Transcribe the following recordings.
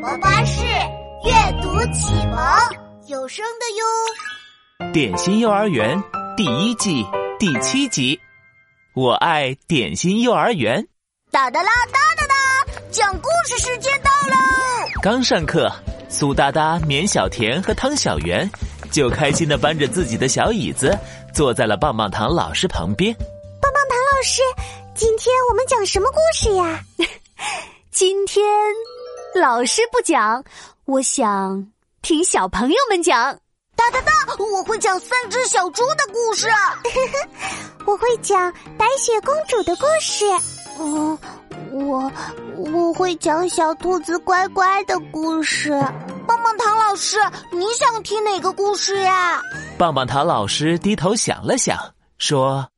萌巴士阅读启蒙有声的哟。点心幼儿园第一季第七集，我爱点心幼儿园。哒哒啦哒哒哒，讲故事时间到喽！刚上课，苏哒哒、绵小甜和汤小圆就开心的搬着自己的小椅子，坐在了棒棒糖老师旁边。老师，今天我们讲什么故事呀？ 今天老师不讲，我想听小朋友们讲。哒哒哒，我会讲三只小猪的故 事。我会讲白雪公主的故事。嗯，我我会讲小兔子乖乖的故事。棒棒糖老师，你想听哪个故事呀？棒棒糖老师低头想了想，说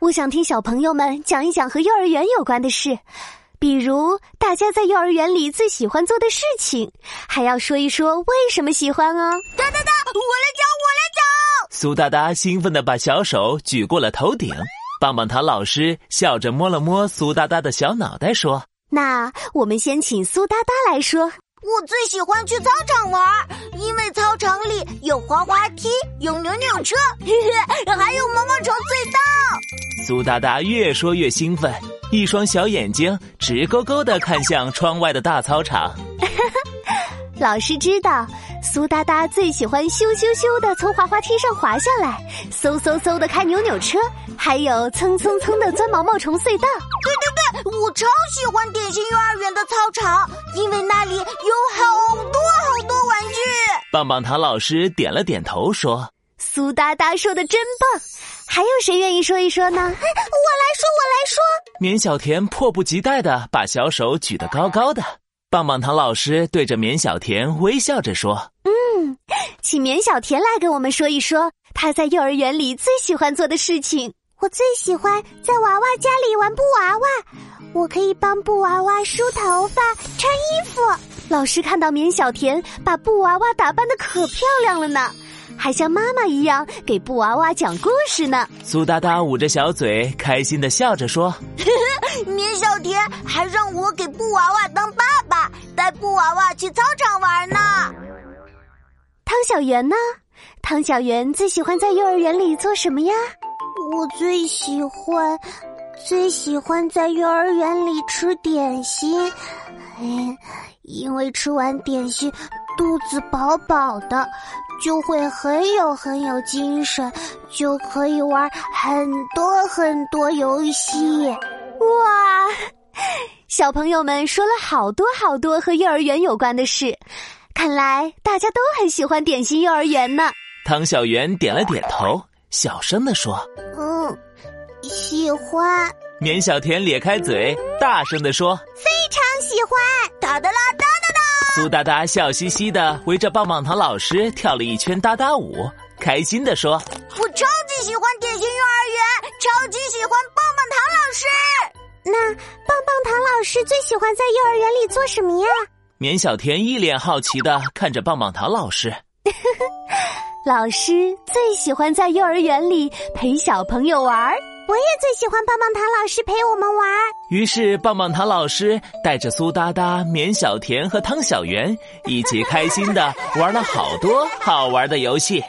我想听小朋友们讲一讲和幼儿园有关的事，比如大家在幼儿园里最喜欢做的事情，还要说一说为什么喜欢哦。我来讲，我来讲。：“苏哒哒兴奋的把小手举过了头顶。”棒棒糖老师笑着摸了摸苏哒哒的小脑袋，说那我们先请苏哒哒来说。我最喜欢去操场玩儿，因为操场里有滑滑梯，有扭扭车， 还有毛毛虫隧道。：“苏哒哒越说越兴奋，一双小眼睛直勾勾的看向窗外的大操场。”老师知道，苏哒哒最喜欢咻咻咻的从滑滑梯上滑下来，嗖嗖嗖的开扭扭车，还有蹭蹭蹭的钻毛毛虫隧道。我超喜欢点心幼儿园的操场，因为那里有好多好多玩具。棒棒糖老师点了点头，说苏哒哒说的真棒，还有谁愿意说一说呢？我来说，我来说，：“绵小甜迫不及待的把小手举得高高的。”棒棒糖老师对着绵小甜微笑着说请绵小甜来给我们说一说她在幼儿园里最喜欢做的事情。我最喜欢在娃娃家里玩布娃娃，我可以帮布娃娃梳头发、穿衣服。老师看到绵小甜把布娃娃打扮的可漂亮了呢，还像妈妈一样给布娃娃讲故事呢。：“苏哒哒捂着小嘴，开心的笑着说。”绵小甜还让我给布娃娃当爸爸，带布娃娃去操场玩呢。汤小圆呢？汤小圆最喜欢在幼儿园里做什么呀？我最喜欢，最喜欢在幼儿园里吃点心，哎，因为吃完点心，肚子饱饱的，就会很有很有精神，就可以玩很多很多游戏。哇，小朋友们说了好多好多和幼儿园有关的事，看来大家都很喜欢点心幼儿园呢。汤小圆点了点头，小声地说。嗯，喜欢，绵小甜咧开嘴，大声地说。非常喜欢。哒哒啦哒哒哒。苏哒哒笑嘻嘻地围着棒棒糖老师跳了一圈哒哒舞，开心地说我超级喜欢典型幼儿园，超级喜欢棒棒糖老师。那棒棒糖老师最喜欢在幼儿园里做什么呀？：“绵小甜一脸好奇地看着棒棒糖老师。”老师最喜欢在幼儿园里陪小朋友玩儿。我也最喜欢棒棒糖老师陪我们玩。于是，棒棒糖老师带着苏哒哒、绵小甜和汤小圆一起开心的玩了好多好玩的游戏。